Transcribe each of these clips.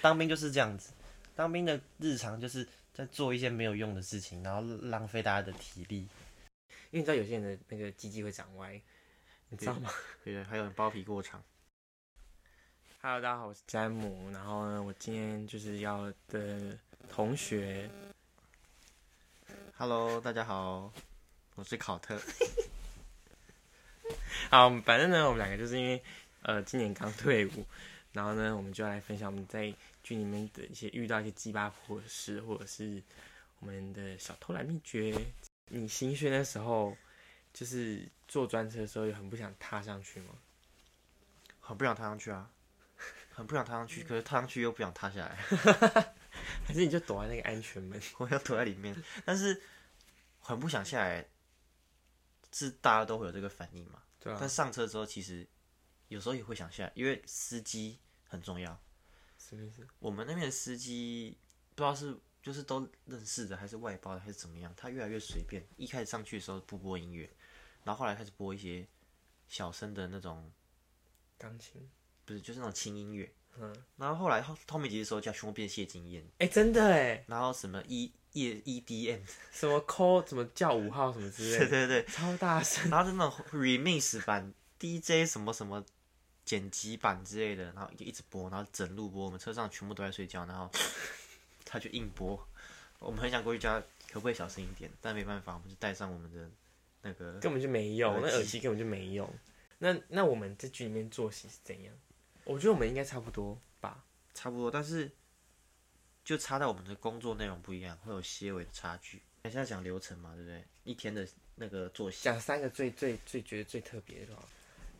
当兵就是这样子，当兵的日常就是在做一些没有用的事情，然后浪费大家的体力。因为你知道有些人的那个鸡鸡会长歪，你知道吗 对，还有人包皮过长。 ？Hello，大家好，我是詹姆。然后呢，我今天就是要的同学， Hello，大家好，我是考特。好，反正呢，我们两个就是因为呃今年刚退伍，然后呢，我们就来分享我们在剧里面的一些遇到一些鸡巴破事，或者是我们的小偷懒秘诀。你新训的时候，就是坐专车的时候，有很不想踏上去吗？很不想踏上去啊，很不想踏上去，可是踏上去又不想踏下来， 还是你就躲在那个安全门？ 我要躲在里面。但是很不想下来，是大家都会有这个反应嘛？对啊但上车之后，其实有时候也会想下来，因为司机很重要。什么意思？我们那边的司机不知道是就是都认识的，还是外包的，还是怎么样，他越来越随便。一开始上去的时候不播音乐，然后后来开始播一些小声的那种，钢琴？不是就是那种轻音乐。嗯，然后后来后后面几集的时候叫全部变谢金燕，哎、真的哎，然后什么 E 夜 EDM，什么 call 什么叫五号什么之 对类的，对对，超大声。然后就那种 remix 版 DJ 什么什么剪辑版之类的，然后就一直播，然后整路播，我们车上全部都在睡觉，然后他就硬播，我们很想过去叫他可不可以小声一点，但没办法，我们就带上我们的那个根本就 没用，那耳机耳机根本就没用。那那我们在剧里面作息是怎样？我觉得我们应该差不多吧。差不多，但是就差在我们的工作内容不一样，会有些微的差距。你现在讲流程嘛，对不对？一天的那个作息，讲三个最最最觉得最特别的就好。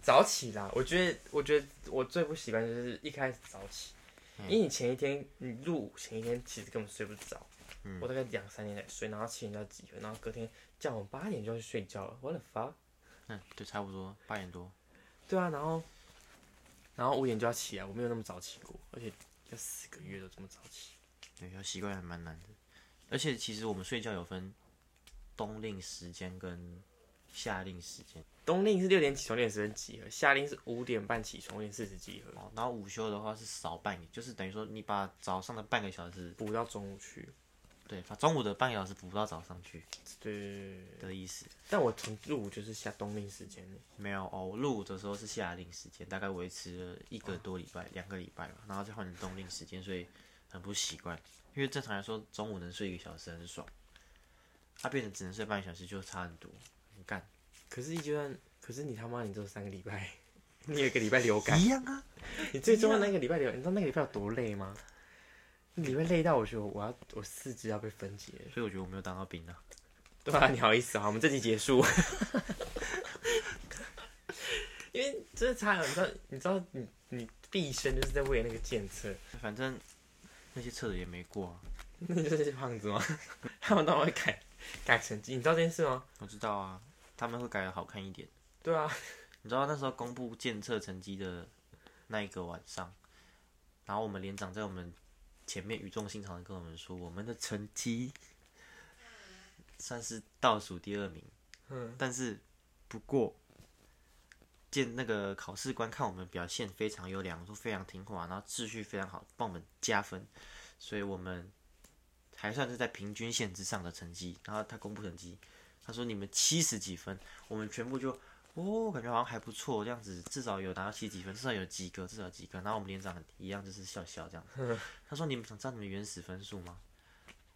早起啦，我觉得我觉得我最不习惯就是一开始早起，嗯因为你前一天你录前一天其实根本睡不着，嗯我大概两三点才睡，然后七点到集合，然后隔天叫我八点就要去睡觉了，我的发。嗯，对，差不多八点多。对啊，然后然后五点就要起来，我没有那么早起过，而且要四个月都这么早起。对，要习惯还蛮难的。而且其实我们睡觉有分冬令时间跟夏令时间冬令是六点起床，六点十分集合；夏令是五点半起床，六点四十集合，哦，然后午休的话是少半个，就是等于说你把早上的半个小时，补到中午去。对，把中午的半个小时补到早上去对对对对对。的意思。但我从入伍就是下冬令时间了，没有哦，我入伍的时候是夏令时间，大概维持了一个多礼拜、两个礼拜吧，然后再换成冬令时间，所以很不习惯。因为正常来说中午能睡一个小时很爽，他、变成只能睡半个小时就差很多，很干。可是就算，可是你他妈你只有三个礼拜，你有一个礼拜流感， 一样啊，你最重要那个礼拜流，你知道那个礼拜有多累吗？那礼拜累到我觉得我要我四肢要被分解了，所以我觉得我没有当到兵啊。对啊，你好意思啊？我们这集结束。 因为真的差很，你知道，你知道，你你毕生就是在为了那个检测，反正那些测的也没过、啊，那就是胖子吗？ 他们都会改改成绩，你知道这件事吗？我知道啊，他们会改的好看一点。对啊，你知道那时候公布检测成绩的那一个晚上，然后我们连长在我们前面语重心长的跟我们说，我们的成绩算是倒数第二名，嗯，但是不过。见那个考试官看我们表现非常优良，说非常听话，然后秩序非常好，帮我们加分，所以我们还算是在平均线之上的成绩。然后他公布成绩，他说你们七十几分，我们全部就哦，感觉好像还不错，这样子至少有拿到七十几分，至少有及格，至少及格。然后我们连长一样就是笑笑这样子， 他说你们想知道你们原始分数吗？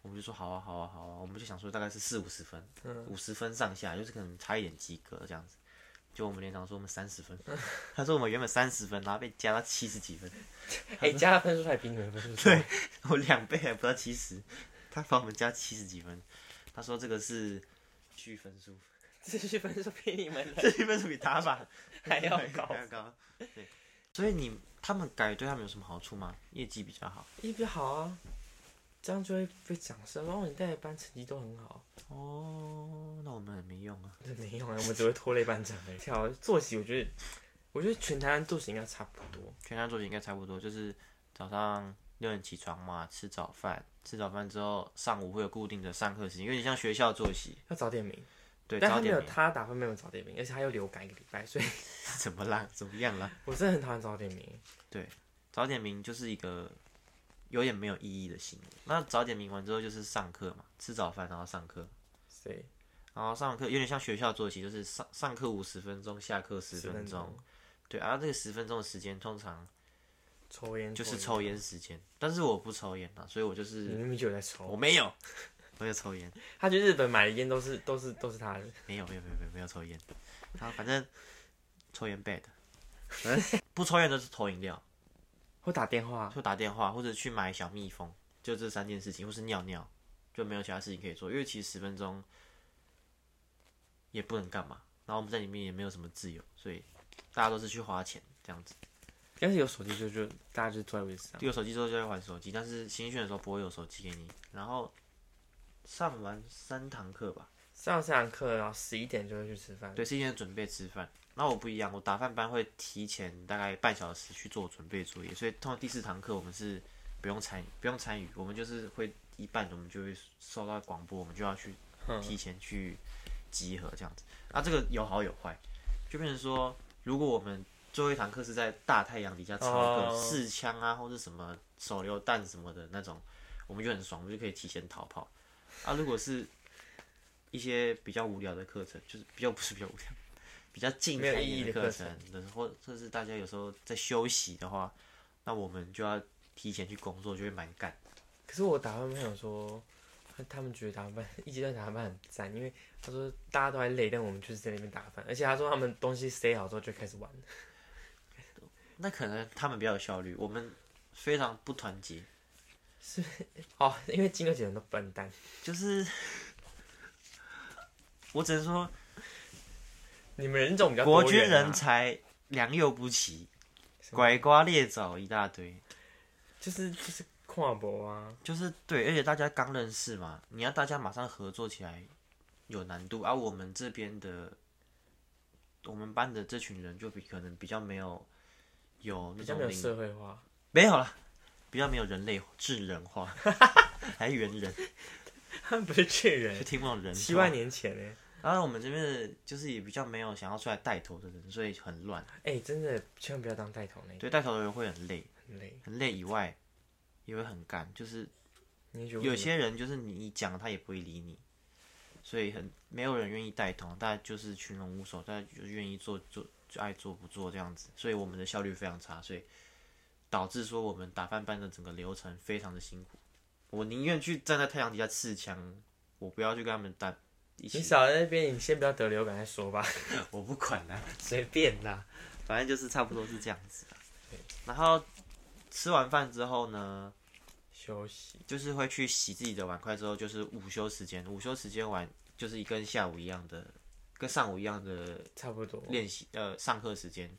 我们就说好啊，好啊，好啊，我们就想说大概是四五十分，五十分上下，就是可能差一点及格这样子。就我们连长说我们三十分， 他说我们原本三十分，然后被加到七十几分，哎、加的分数还比你们分数对，我两倍还不到七十，他把我们加七十几分。他说这个是虚分数， 这些分数比你们这虚分数比打法还要 高还，要高。对，所以你他们改对他们有什么好处吗？业绩比较好一比好啊，这样就会被掌声。然后你带的班成绩都很好，哦，那我们很没用啊。这没用啊，我们只会拖累班长而已。跳作息，我觉得，我觉得全台湾作息应该差不多。全家作息应该差不多，就是早上六点起床嘛，吃早饭，吃早饭之后上午会有固定的上课时间，有点像学校作息。要早点名，对，但早他没点有名 他打分没有早点名，而且他又流感一个礼拜，所以怎么啦？怎么样啦？我真的很讨厌早点名。早点名就是一个有点没有意义的行为。那早点名完之后就是上课嘛，吃早饭然后上课，谁然后上完课有点像学校作息，就是上上课五十分钟，下课十分钟。对啊，这个十分钟的时间通常抽烟就是抽烟时间，但是我不抽烟啊，所以我就是你明明就有在我抽。没有，没有抽烟，他去日本买的烟都是都是都是他的，没有没有没有没有没有抽烟。然后反正抽烟 bad，反正不抽烟的是投饮料，会打电话，就打电话或者去买小蜜蜂，就这三件事情，或是尿尿，就没有其他事情可以做，因为其实十分钟也不能干嘛，然后我们在里面也没有什么自由，所以大家都是去花钱这样子。要是有手机就就大家就坐在位置上。有手机之后就会玩手机，但是新训的时候不会有手机给你。然后上完三堂课吧，上这堂课，然后十一点就会去吃饭。对，是先准备吃饭。那我不一样，我打饭班会提前大概半小时去做准备作业，所以通常第四堂课我们是不用参不用参与，我们就是会一半我们就会收到广播，我们就要去提前去集合这样子。那这个有好有坏，就变成说，如果我们最后一堂课是在大太阳底下操课，哦试枪啊或者什么手榴弹什么的那种，我们就很爽，我们就可以提前逃跑。啊，如果是一些比较无聊的课程，就是比较不是比较无聊， 比较静没有态意一义点的课课程，或或者是大家有时候在休息的话，那我们就要提前去工作，就会蛮赶。可是我打扮朋友说，他他们觉得打扮一阶段打扮很赞，因为他说大家都还累，但我们就是在那边打饭，而且他说他们东西塞好之后就开始玩。那可能他们比较有效率，我们非常不团结，哦，因为金哥姐人都笨蛋，就是 我只能说你们人种比较国多军元啊人才良莠不齐，拐瓜裂枣一大堆。就是就是跨博啊，就是对，而且大家刚认识嘛，你要大家马上合作起来有难度，而、啊我们这边的，我们班的这群人就比可能比较没有有那比较种没有灵社会化。没有了，比较没有人类智人 化，还猿人，他 们不是巨就 人，听不懂 人话。七万年前呢、欸然后我们这边的就是也比较没有想要出来带头的人，所以很乱。哎、真的千万不要当带头那对，带头的人会很累，很累。很累以外，也会很干，就是你会觉得有些人就是你讲他也不会理你，所以很没有人愿意带头，大家就是群龙无首，大家就愿意做做就爱做不做这样子，所以我们的效率非常差，所以导致说我们打饭班的整个流程非常的辛苦。我宁愿去站在太阳底下刺枪，我不要去跟他们打一你起，少在那边，你先不要得流感再说吧， 我不管啦、随便啦。反正就是差不多是这样子啦。然后吃完饭之后呢，休息，就是会去洗自己的碗筷之后，就是午休时间，午休时间玩就是一跟下午一样的，跟上午一样的差不多。练习呃上课时间，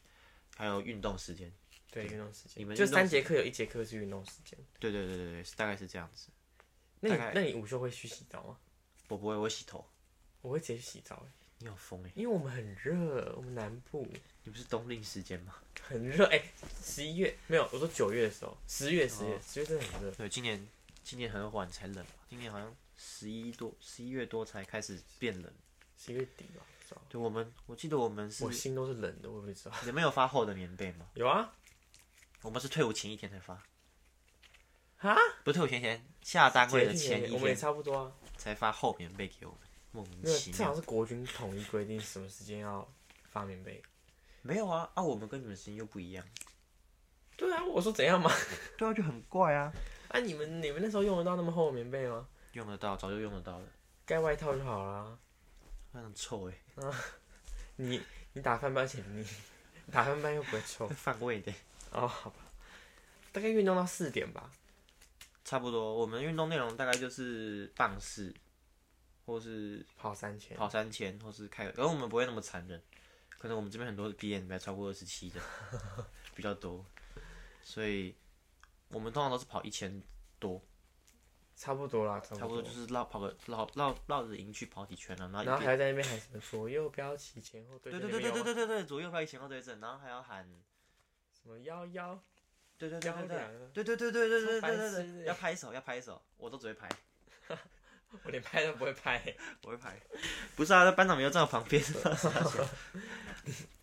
还有运动时间。对，运动时间。你们就运动三节课有一节课是运动时间。对对对对对，大概是这样子。那你大概那你午休会去洗澡吗？我不会，我会洗头。我会直接去洗澡欸，你有风哎、因为我们很热，我们南部你不是冬令时间吗？ 很热。哎、十一月没有，我说九月的时候，十月十月哦十月真的很热，对，今年今年很晚才冷嘛，今年好像十一多十一月多才开始变冷。十一月底吧，不知道。对我们，我记得我们是我心都是冷的，我也不知道。你们有发厚的棉被吗？有啊，我们是退伍前一天才发，啊，不是退伍前一天，下单位的节前日一我们也天差不多啊。才发厚棉被给我们，莫名没有，其这好妙像。是国军统一规定什么时间要发棉被。没有啊，啊，我们跟你们时间又不一样。对啊，我说怎样嘛？ 对啊，就很怪啊。啊，你们你们那时候用得到那么厚的棉被吗？用得到，早就用得到了。盖外套就好啦。那很臭哎、你你打饭班前你 打饭班又不会臭欸，饭味的。哦，好吧。大概运动到四点吧，差不多，我们运动内容大概就是棒式，或是跑三千。跑三千，或是开。而我们不会那么残忍，可能我们这边很多 BMI 超过二十七 的比较多，所以我们通常都是跑一千多，差不多啦，差差不多多。就是绕跑个绕绕绕着营区跑几圈啊了，然后一然后边还要在那边喊什么左右标旗前后对对对对对对对，对对对，左右拍前后对正，然后还要喊，什么幺幺，对对对对高粱啊对，对对对对对对超白对痴对对，的要拍手要拍手，我都只会拍，我连拍都不会拍、我会拍，不是啊，那班长没有站我旁边，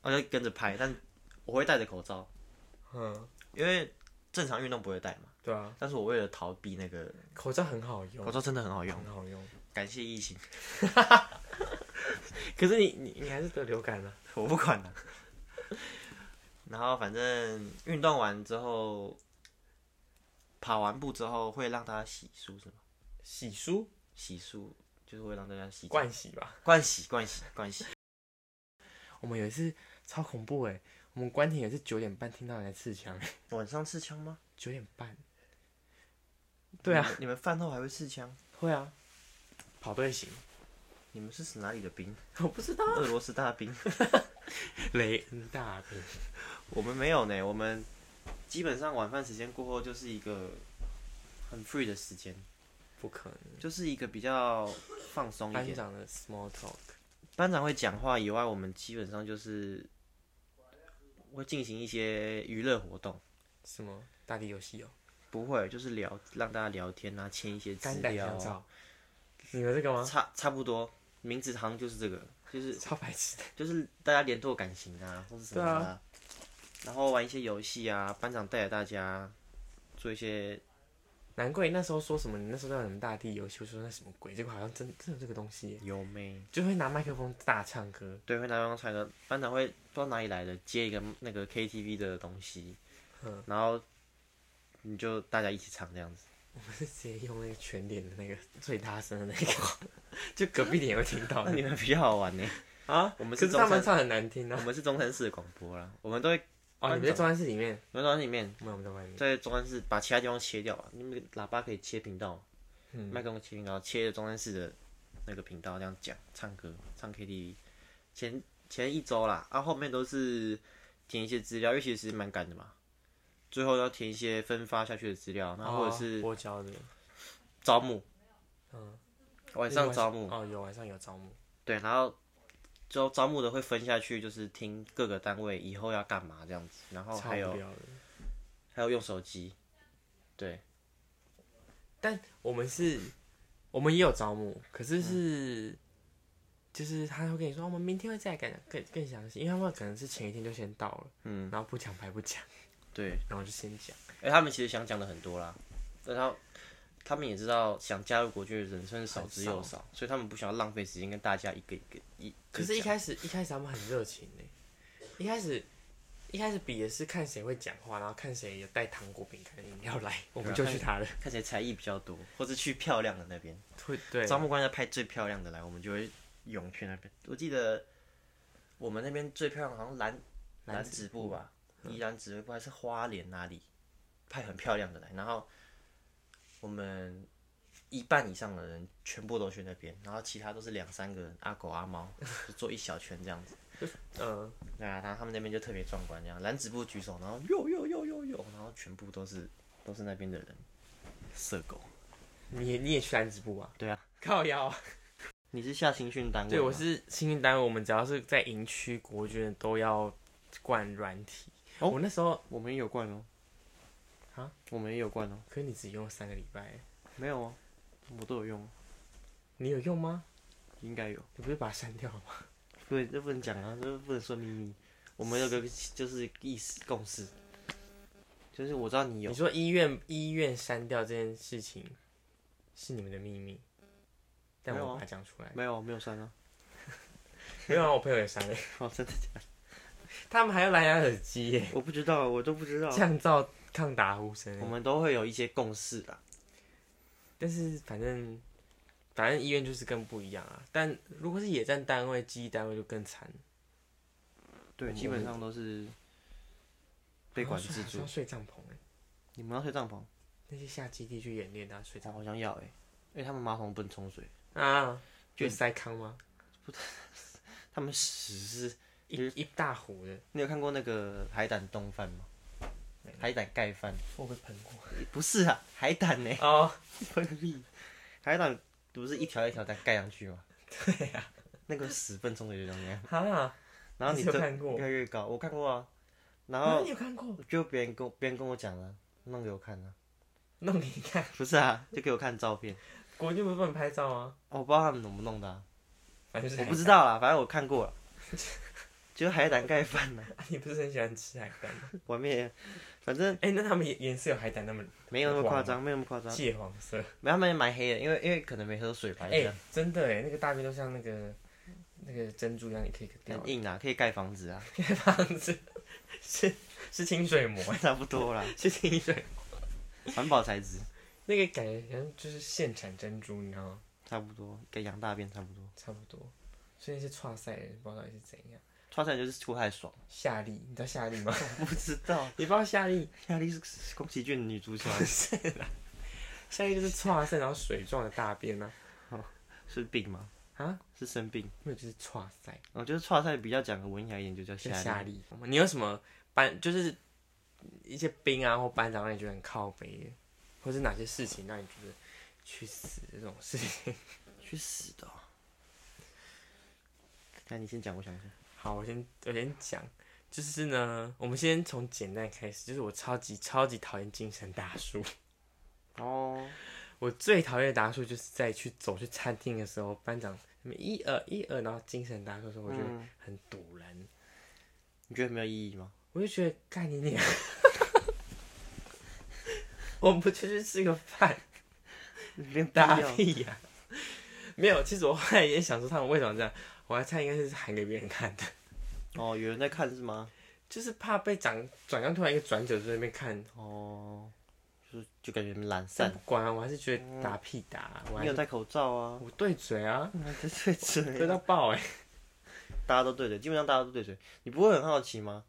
我就跟着拍，但我会戴着口罩，嗯，因为正常运动不会戴嘛，对啊，但是我为了逃避那个口罩很好用口，罩真的很好用，很好用。感谢疫情，可是你你你还是得流感了、啊我不管了。然后反正运动完之后，跑完步之后会让他洗漱是吗？洗漱洗漱就是会让大家洗灌洗吧。灌洗灌洗灌洗，我们有一次超恐怖哎、我们关停也是九点半听到人家刺枪，晚上刺枪吗？九点半。对啊，你们，你们饭后还会刺枪？会啊，跑队形，你们是死哪里的兵？我不知道俄罗斯大兵？雷恩大兵。 我们没有呢，我们基本上晚饭时间过后就是一个很 free 的时间，不可能。就是一个比较放松一班点。长的 small talk，班长会讲话以外，我们基本上就是会进行一些娱乐活动，什么大地游戏哦，不会就是聊让大家聊天啊，签一些资肝胆料相啊，照，你们这个吗？差差不多，名字好像就是这个，就是超白痴的，就是大家联络感情啊，或是什么的啊、然后玩一些游戏啊，班长带着大家做一些难怪你那时候说什么，你那时候在玩什么大地游戏，我说那什么鬼，结果好像真真有这个东西耶，有妹。就会拿麦克风大唱歌，对，会拿麦克风唱歌。班长会不知道哪里来的接一个那个 KTV 的东西，嗯然后你就大家一起唱这样子。我们是直接用那个全脸的那个最大声的那个， 就隔壁脸会听到那你们比较好玩呢，嗯啊。我们可是是他中们山唱很难听我啊。们是中山市的广播啦，我们都会哦，你们在中央室里面，我们中山里面没有，我们在外面。在中山市把其他地方切掉啊，你们喇叭可以切频道，嗯麦克风切频道，切中山市的那个频道这样讲唱歌唱 KTV。前前一周啦，啊后面都是填一些资料，因为其实蛮赶的嘛。最后要填一些分发下去的资料，然后或者是哦播交的，招募，嗯，晚上招募，哦，有晚上有招募，对，然后招招募的会分下去，就是听各个单位以后要干嘛这样子，然后哦超还无有聊的。还有用手机，对，但我们是，我们也有招募，可嗯是是，就是他会跟你说，哦我们明天会再来更更更详细，因为他们可能是前一天就先到了，嗯，然后不讲白不讲，对，然后就先讲，哎，他们其实想讲的很多啦，但他他们也知道想加入国军的人算是少之又少，所以他们不想要浪费时间跟大家一个一个一，可是，一就讲开始一开始他们很热情呢，一开始一开始比的是看谁会讲话，然后看谁有带糖果、饼干、饮料来，我们就去他的，看起来才艺比较多，或是去漂亮的那边，对对，招募官要派最漂亮的来，我们就会涌去那边。我记得我们那边最漂亮好像蓝蓝嗯蓝植部吧，宜兰植部还是花莲哪里派很漂亮的来，然后我们一半以上的人全部都去那边，然后其他都是两三个人，阿狗阿猫就坐一小圈这样子。 嗯，对啊，然后他们那边就特别壮观，这样蓝植部举手，然后哟哟哟哟哟，然后全部都是都是那边的人，色狗。你也你也去蓝直部啊？对啊，靠腰啊。你是下新训单位吗？对，啊我是新训单位，我们只要是在营区，国军都要灌软体。哦我那时候，我们也有冠哦。啊？我们也有冠哦。可是你只用三个礼拜，没有啊，我都有用，你有用吗？应该有。你不是把它删掉了吗？对，这不能讲啊，这不能说秘密。我们有个就是意识共识，就是我知道你有你，说医院医院删掉这件事情是你们的秘密，但没有我啊把它讲出来。没有没有删啊？没有啊，我朋友也删了，哦，真的假的？ 他们还有蓝牙耳机耶，我不知道，啊我都不知道。降噪抗打呼声耶。嗯我们都会有一些共识啊啦。但是反正反正医院就是更不一样啊。但如果是野战单位、基地单位就更惨，对，基本上都是被管制好像住要。睡帐篷哎。你们要睡帐篷？那些下基地去演练的、啊、水我长好像要哎、欸，因为他们马桶不能冲水，啊，就塞康吗？他们屎是。一一大壶的，你有看过那个海胆冻饭吗？海胆盖饭？我被喷过不是啊，海胆呢、 哦，分个屁！海胆不是一条一条再盖上去吗？对呀、那个屎粪冲水就长那样，啊，哈，然后你你是有这看过越来越高，我看过啊。然啊，后你有看过？就别人跟我别人跟我讲了，弄给我看了，弄给你看，不是 啊，就给我看照片。国军不是不能拍照吗？哦我不知道他们怎么弄的啊、反正就是我不知海道啦，反正我看过了。 就海胆盖饭呢、 你不是很喜欢吃海胆吗？我面，反正哎、那他们颜颜色有海胆那么没有那么黄啊夸吗张，没有那么夸张，芥黄色？没有他们蛮黑的，因为因为可能没喝水吧，哎、这样真的哎，那个大便都像那个那个珍珠一样，你可以掉很硬啊，可以盖房子啊， 这样子，是是清水膜，差不多啦，是清水，环保材质那个感觉好像就是现产珍珠，你知道吗？差不多，跟羊大便差不多。差不多。所以那些跨赛人不知道到底是怎样。川菜就是出太爽，夏利，你知道夏利 吗？ 不知道你不知道夏 利，亚丽是宫崎骏的女主角，夏利就是跨赛，然后水状的大便啊是病吗？啊，是生病？没有就是跨赛，我觉得川菜比较讲的文雅一点，就叫是夏夏丽。利。你有什么班就是一些兵啊或班长让你觉得很靠北的，或是哪些事情让你觉得去死的这种事情？ 去死的哦！那你先讲，我想一下。好，我先我先讲，就是呢，我们先从简单开始，就是我超级超级讨厌精神大叔， 哦，我最讨厌的大叔就是在去走去餐厅的时候，班长那么一二一二，然后精神大叔的时候，我觉得嗯很堵人，你觉得没有意义吗？我就觉得干你娘， 我们不就去吃个饭，没 有打必要屁呀、没有，其实我后来也想说他们为什么这样，我还猜应该是喊给别人看的， 哦，有人在看是吗？就是怕被长转刚突然一个转角在那边看。哦，就是就感觉懒但散不，管啊，我还是觉得打屁打啊，我嗯还你有是戴口罩啊？我对嘴啊，对对对嘴，到爆 哎、大家都对嘴，基本上大家都对嘴。你不会很好奇吗？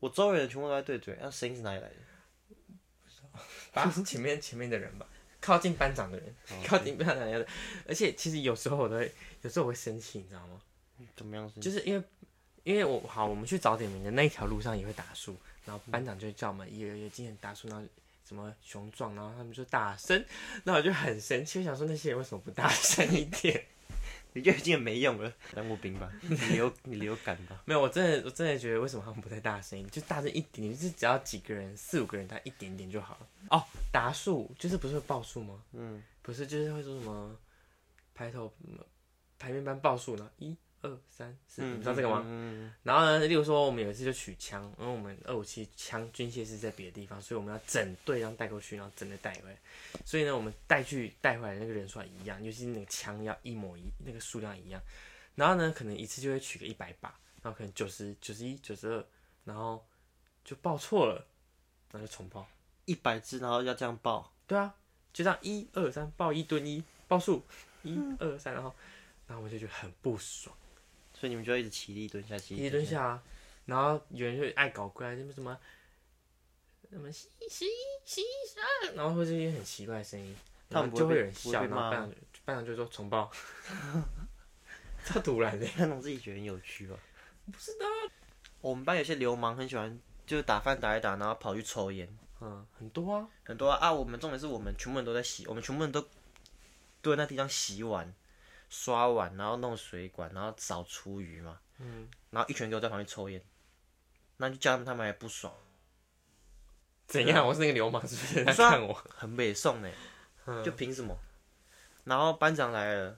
我周围的人全部都在对嘴，那声音是哪里来的？反正是前面前面的人吧，靠近班长的人，哦 靠近班长的人，而且其实有时候我都会，有时候我会生气，你知道吗？怎么样是？就是因为因为我好，我们去早点名的那一条路上也会打树，然后班长就会叫我们也也今天打树，然后什么雄壮，然后他们就大声，那我就很生气，我想说那些人为什么不大声一点？ 你就已经很没用了，当过兵吧， 你流你流感吧。没有，我真的我真的觉得为什么他们不太大声音，就大声一点点，就是只要几个人，四五个人，大一点点就好了。哦，打数就是不是会报数吗？嗯，不是，就是会说什么排头嗯排面班报数呢？一二三四，你知道这个吗？嗯，然后呢，例如说我们有一次就取枪，因为我们二五七枪军械是在别的地方，所以我们要整队这样带过去，然后整队带回来。所以呢，我们带去带回来的那个人数还一样，尤其是那个枪要一模一那个数量一样。然后呢，可能一次就会取个一百把，然后可能九十九十一九十二，然后就报错了，然后就重报。一百只，然后要这样抱，对啊，就这样一二三报一蹲一报数一二三，然后然后我就觉得很不爽。所以你们就要一直起立蹲下，起一立蹲。下啊，然后有人就爱搞怪，那么什么什么十一十一十一十二，啊然后会是一些很奇怪的声音，他然们后不就会会被有人不会笑，被然后骂班长班长就说重报， 超突然的，班长自己觉得很有趣吧？不知道。我们班有些流氓很喜欢，就是打饭打一打，然后跑去抽烟，嗯，很多啊，很多啊。啊我们重点是我们全部人都在洗，我们全部人都蹲在地上洗碗、刷碗，然后弄水管，然后扫厨余嘛。嗯，然后一群人给我在旁边抽烟，那就叫他们，他们还不爽， 怎样？我是那个流氓，是不是在是啊看我？很北宋呢、嗯就凭什么？然后班长来了，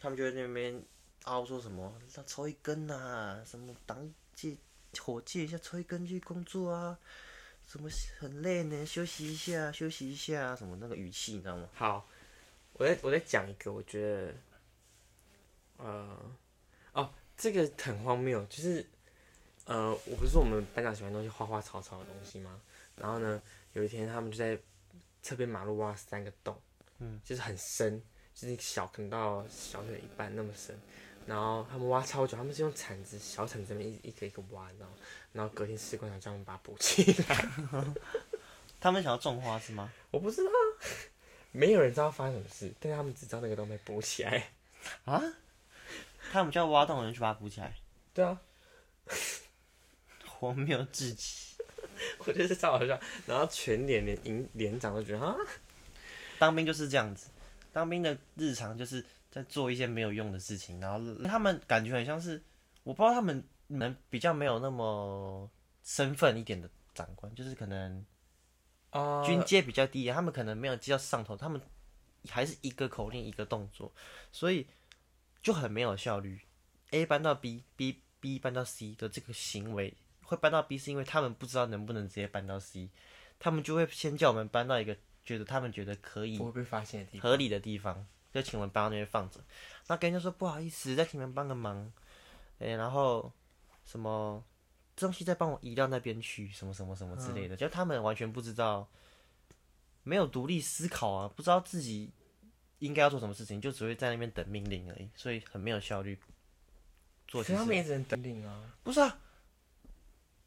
他们就在那边凹说什么，要抽一根呐、什么党戒火戒一下，抽一根去工作啊，什么很累呢，休息一下，休息一下啊，什么那个语气你知道吗？好，我再我再讲一个，我觉得，呃，哦，这个很荒谬，就是，呃，我不是说我们班长喜欢东西花花草草的东西吗？然后呢，有一天他们就在侧边马路挖三个洞，嗯，就是很深，就是小可能到小腿一半那么深。然后他们挖超久，他们是用铲子、小铲子这么一一个一个挖，你知道吗？然后隔天士官长叫我们把它补起来。他们想要种花是吗？我不知道啊， 没有人知道发生什么事，但是他们只知道那个东西补起来。啊？他们就要挖洞的人去把它补起来， 对啊， 荒谬至极。我觉得是超好笑。然后全连连营连长都觉得啊，当兵就是这样子，当兵的日常就是在做一些没有用的事情，然后他们感觉很像是，我不知道他们能比较没有那么身份一点的长官，就是可能啊军阶比较低，他们可能没有接到上头，他们还是一个口令一个动作，所以就很没有效率。A 搬到 B，B B 搬到 C 的这个行为，会搬到 B 是因为他们不知道能不能直接搬到 C，他们就会先叫我们搬到一个觉得他们觉得可以不会被发现的地方。合理的地方，就请我们搬到那边放着。那跟人家说不好意思，再请你们帮个忙，哎、然后什么这东西再帮我移到那边去，什么什么什么之类嗯的，就他们完全不知道，没有独立思考啊，不知道自己应该要做什么事情，就只会在那边等命令而已，所以很没有效率。做所其以他实们也只能等领啊，不是啊，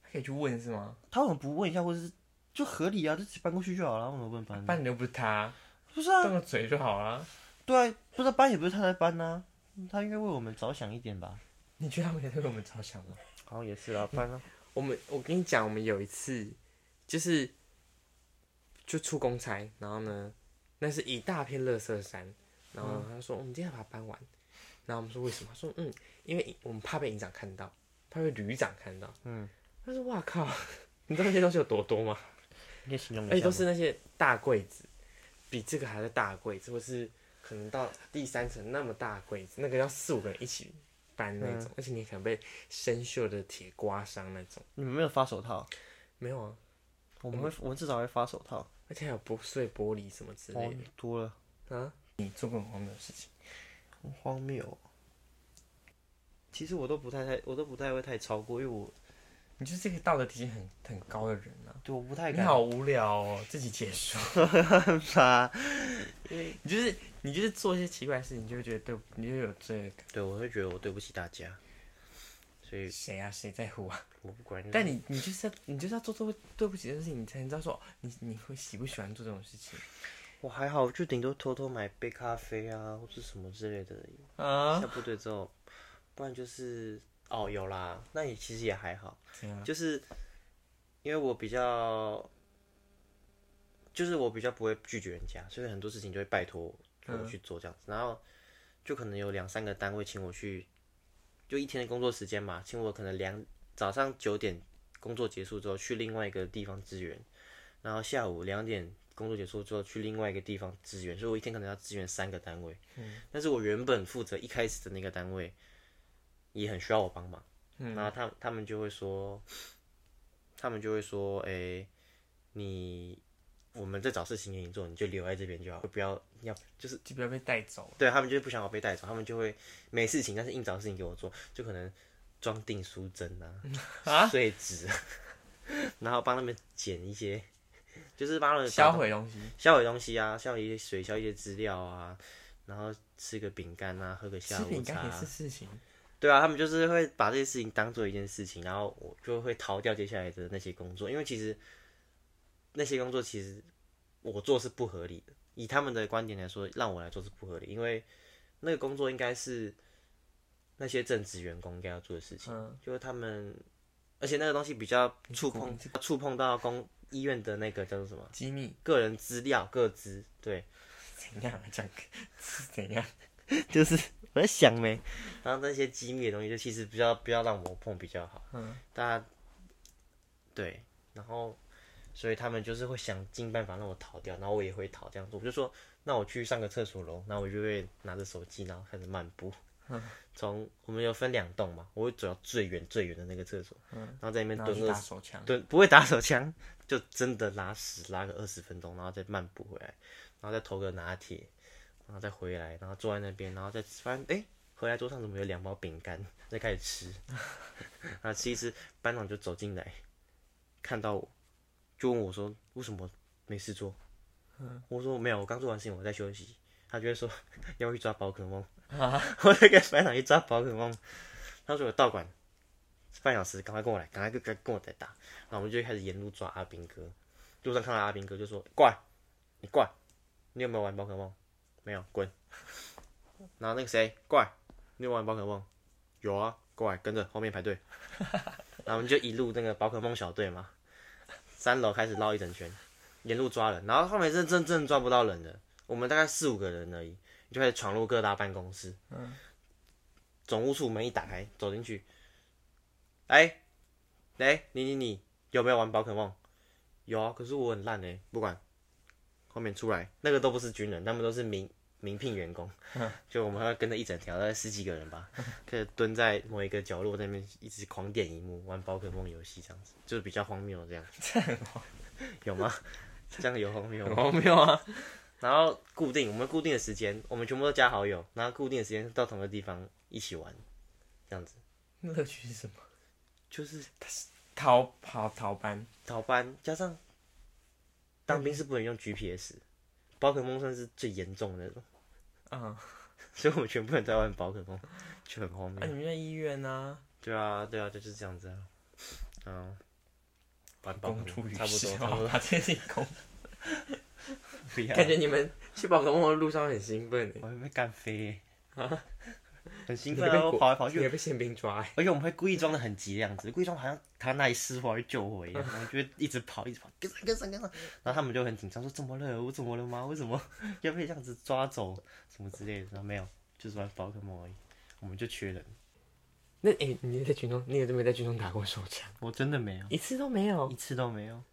他可以去问是吗？他为什么不问一下，或者是就合理啊，就直接搬过去就好了，为什么不能搬？搬的又不是他，不是啊，动个嘴就好了。对啊，不是搬也不是他在搬呐、他应该为我们着想一点吧。你觉得他们也在为我们着想吗？好像也是啊，不然呢？我们我跟你讲，我们有一次就是就出公差，然后呢，那是一大片垃圾山，然后他说、我们今天要把它搬完，然后我们说为什么？他说嗯，因为我们怕被营长看到，怕被旅长看到。嗯，他说哇靠， 你知道那些东西有多多吗？你可以形容一下而且吗都是那些大柜子，比这个还要大柜子，或是可能到第三层那么大柜子，那个要四五个人一起搬那种，而且你可能被生锈的铁刮伤那种。你们没有发手套，没有啊，我们会，我们至少会发手套。而且还有破碎玻璃什么之类哦的、，多了，啊！你做过很荒谬的事情，很荒谬哦。其实我都不太太，我都不太会太超过，因为我你就是这个道德底线很很高的人啊！对我不太你敢 好无聊哦，自己结束。发。 你就是你就是做一些奇怪的事情，你就会觉得对不，你就有罪恶感。对，我会觉得我对不起大家，所以谁啊？谁在乎啊？我不管。但你你就是要你就是要做做对不起的事情，你才能知道说你你会喜不喜欢做这种事情我还好，就顶多偷偷买杯咖啡啊，或是什么之类的而已。啊？下部队之后，不然就是哦，有啦，那也其实也还好。怎样？就是因为我比较，就是我比较不会拒绝人家，所以很多事情就会拜托我去做这样子。然后就可能有两三个单位请我去，就一天的工作时间嘛，请我可能两早上九点工作结束之后去另外一个地方支援，然后下午两点工作结束之后去另外一个地方支援，所以我一天可能要支援三个单位。嗯，但是我原本负责一开始的那个单位也很需要我帮忙，嗯、然后他他们就会说，他们就会说，哎、你我们在找事情给你做，你就留在这边就好，不要要就是。就不要被带走。对他们就是不想我被带走，他们就会没事情，但是硬找事情给我做，就可能装订书针 啊、 碎纸，然后帮他们捡一些，就是帮他们销毁东西，销毁东西啊，销毁一些水，销毁一些资料啊，然后吃个饼干啊，喝个下吃午饼茶干也啊是。事情。对啊，他们就是会把这些事情当做一件事情，然后我就会逃掉接下来的那些工作，因为其实那些工作其实我做是不合理的，以他们的观点来说，让我来做是不合理，因为那个工作应该是那些正职员工应该要做的事情，嗯就是他们，而且那个东西比较触碰你是触碰到公医院的那个叫做什么机密个人资料个资，对，怎样啊？这样 是怎样？就是我在想没，然后那些机密的东西，就其实比较不要让我碰比较好。嗯，大家对，然后所以他们就是会想尽办法让我逃掉，然后我也会逃这样子。我就说，那我去上个厕所喽，然后我就会拿着手机，然后开始漫步。嗯从我们有分两栋嘛，我会走到最远最远的那个厕所，然后在那边嗯然后蹲去二打十手枪，对，不会打手枪，就真的拉屎拉个二十分钟，然后再漫步回来，然后再投个拿铁，然后再回来，然后坐在那边，然后再发现哎，回来桌上怎么有两包饼干？再开始吃，然后吃一吃，班长就走进来，看到我，就问我说为什么没事做？我说没有，我刚做完事情，我在休息。他就会说要去抓宝可梦，我就跟班长去抓宝可梦。他说有道馆，半小时，赶快跟我来，赶快跟跟跟我再打。然后我们就开始沿路抓阿兵哥，路上看到阿兵哥就说：“过来，你过来，你有没有玩宝可梦？没有，滚。”然后那个谁，过来，你有没有玩宝可梦？有啊，过来跟着后面排队。然后我们就一路那个宝可梦小队嘛，三楼开始绕一整圈，沿路抓人，然后后面真真正抓不到人的，我们大概四五个人而已，就开始闯入各大办公室。嗯。总务处门一打开，走进去，哎，哎，你你你有没有玩宝可梦？欸有啊，可是我很烂哎、不管。后面出来那个都不是军人，他们都是民名聘员工，就我们要跟着一整条，大概十几个人吧，可以蹲在某一个角落那边一直狂点荧幕玩宝可梦游戏这样子，就是比较荒谬这样。有吗？这样有荒谬很吗？荒谬啊！然后固定我们固定的时间，我们全部都加好友，然后固定的时间到同个地方一起玩，这样子 乐趣是什么？就是逃跑逃班，逃班加上当兵是不能用 GPS，宝可梦算是最严重的那种，嗯，所以我们全部人都在玩宝可梦，就很荒那、谬。你们在医院啊？对啊，对啊，就是这样子啊。嗯，玩宝可公诸梦于差不多，世哦，差不多。把这些啊公，不要，感觉你们去宝可梦的路上很兴奋诶，我会被干飞啊，很兴你奋会啊！被我国跑来跑你会去，被宪兵抓欸诶，而且我们会故意装的很急的样子，故意装好像他那里失火要去救我一样，我们就会一直跑，一直跑，跟上跟上跟上。然后他们就很紧张，说怎么了？我怎么了吗？为什么 要被这样子抓走？什么之类的？然后没有，就是玩宝可梦而已。我们就缺人，那诶、你在军中，你有没有在军中打过手枪？我真的没有，一次都没有一次都没有。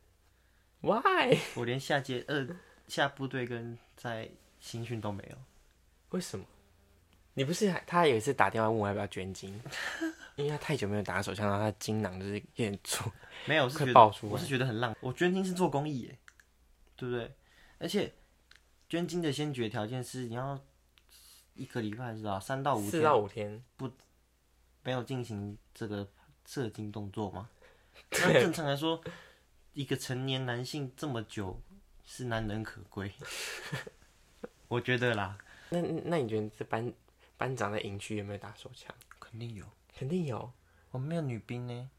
，Why？我连下阶呃下部队跟在新训都没有。为什么？你不是还他还有一次打电话问我要不要捐 精，因为他太久没有打手枪，然后他精囊就是有点粗。没有，我是快觉得爆出来我是觉得很浪。我捐精是做公益耶，对不对？而且捐精的先决条件是你要一个礼拜还是啊三到五四天哦到五天，没有进行这个射精动作 吗？那正常来说，一个成年男性这么久是难能可贵，我觉得啦，那那你觉得这班班长在营区有没有打手枪？肯定有。肯定有，我们没有女兵呢，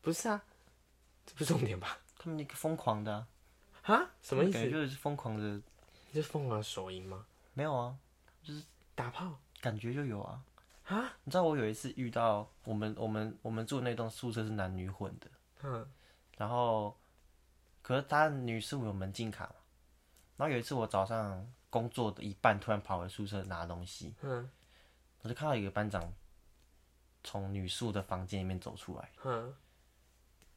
不是啊？这不是重点吧？他们那个疯狂的、啊，啊？什么意思感？觉就是疯狂的，你是疯狂手淫吗？没有啊，打炮感觉就有啊。啊？你知道我有一次遇到我们我们我们住的那栋宿舍是男女混的，嗯，然后可是他女是有门禁卡嘛，然后有一次我早上工作的一半突然跑回宿舍拿东西，嗯我就看到一个班长从女宿的房间里面走出来，嗯，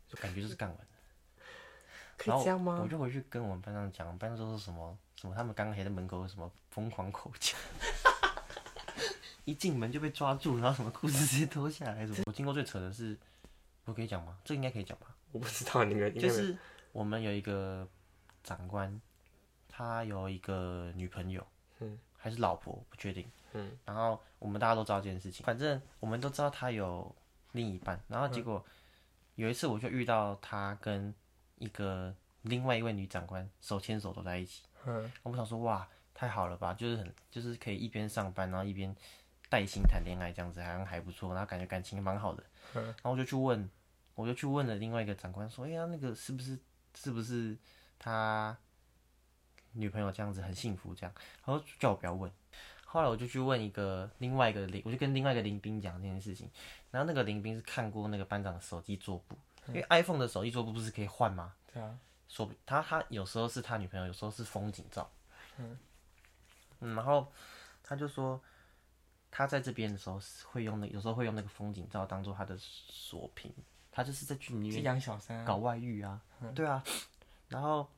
就感觉就是 干完了，可然以后这样我吗？就回去跟我们班长讲，我们班长说是什么什么他们刚刚还在门口有什么疯狂口角。 一进门就被抓住，然后什么裤子直接脱下来什么。我听过最扯的是，我可以讲吗？这应该可以讲吧？我不知道你们就你们是我们有一个长官，他有一个女朋友，嗯，还是老婆不确定，嗯，然后我们大家都知道这件事情，反正我们都知道他有另一半，然后结果有一次我就遇到他跟一个另外一位女长官手牵手走在一起，嗯，我们想说哇太好了吧，就是很就是可以一边上班然后一边带薪谈恋爱这样子，好像还不错，然后感觉感情蛮好的，然后我就去问，我就去问了另外一个长官说，哎呀，那个是不是是不是他女朋友这样子很幸福这样？然后叫我不要问。后来我就去问一个另外一个林，我就跟另外一个林兵讲这件事情，然后那个林兵是看过那个班长的手机桌布，因为 iPhone 的手机桌布不是可以换吗？嗯对啊，说不他他有时候是他女朋友，有时候是风景照。嗯，然后他就说，他在这边的时候是会用那，有时候会用那个风景照当做他的锁屏，他就是在剧里是面养小三啊搞外遇啊，对啊，然后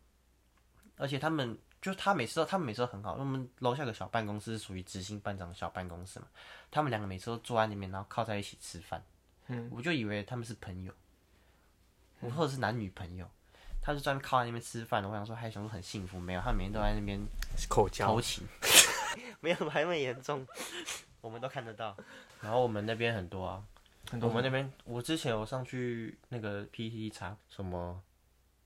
而且他们就他每次都他们每次都很好，因为我们楼下有个小办公室是属于执行班长的小办公室嘛，他们两个每次都坐在那边，然后靠在一起吃饭，嗯，我就以为他们是朋友，或者是男女朋友。他就专门靠在那边吃饭，我想说还想说很幸福，没有，他每天都在那边是口偷交，情， 没有还没严重， 我们都看得到。然后我们那边很多啊，很我多们那边，我之前有上去那个 PPT 查什么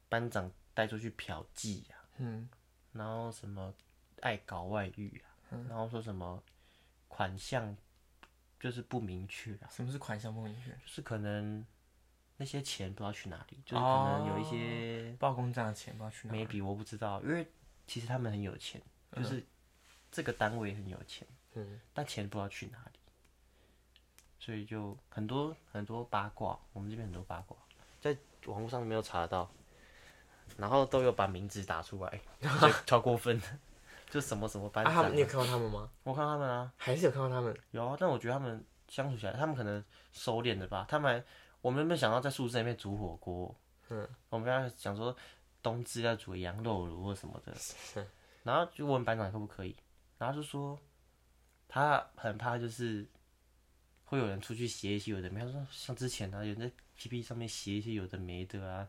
班长带出去嫖妓啊，嗯，然后什么爱搞外遇啊，嗯然后说什么款项就是不明确啊，什么是款项梦遗学？就是可能那些钱不知道去哪里，就是可能有一些、报公账的钱不知道去哪里， maybe 我不知道，因为其实他们很有钱，就是这个单位很有钱，嗯，但钱不知道去哪里，所以就很多很多八卦，我们这边很多八卦，在网络上没有查到，然后都有把名字打出来， 就超过分的，就什么什么班啊，长他啊、们你有看到他们吗？我看他们啊，还是有看到他们？有啊，但我觉得他们相处起来，他们可能收敛了吧，他们还我们没有想到在宿舍里面煮火锅，嗯，我们刚才想说冬至要煮羊肉炉或什么的，然后就问班长可不可以，然后他就说他很怕就是会有人出去写一些有的没有，像像之前啊，有人在 PPT 上面写一些有的没的啊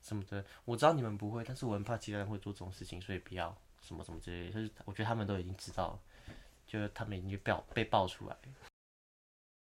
什么的。我知道你们不会，但是我很怕其他人会做这种事情，所以不要什么什么之类的。就是我觉得他们都已经知道了，就是他们已经被爆被爆出来了。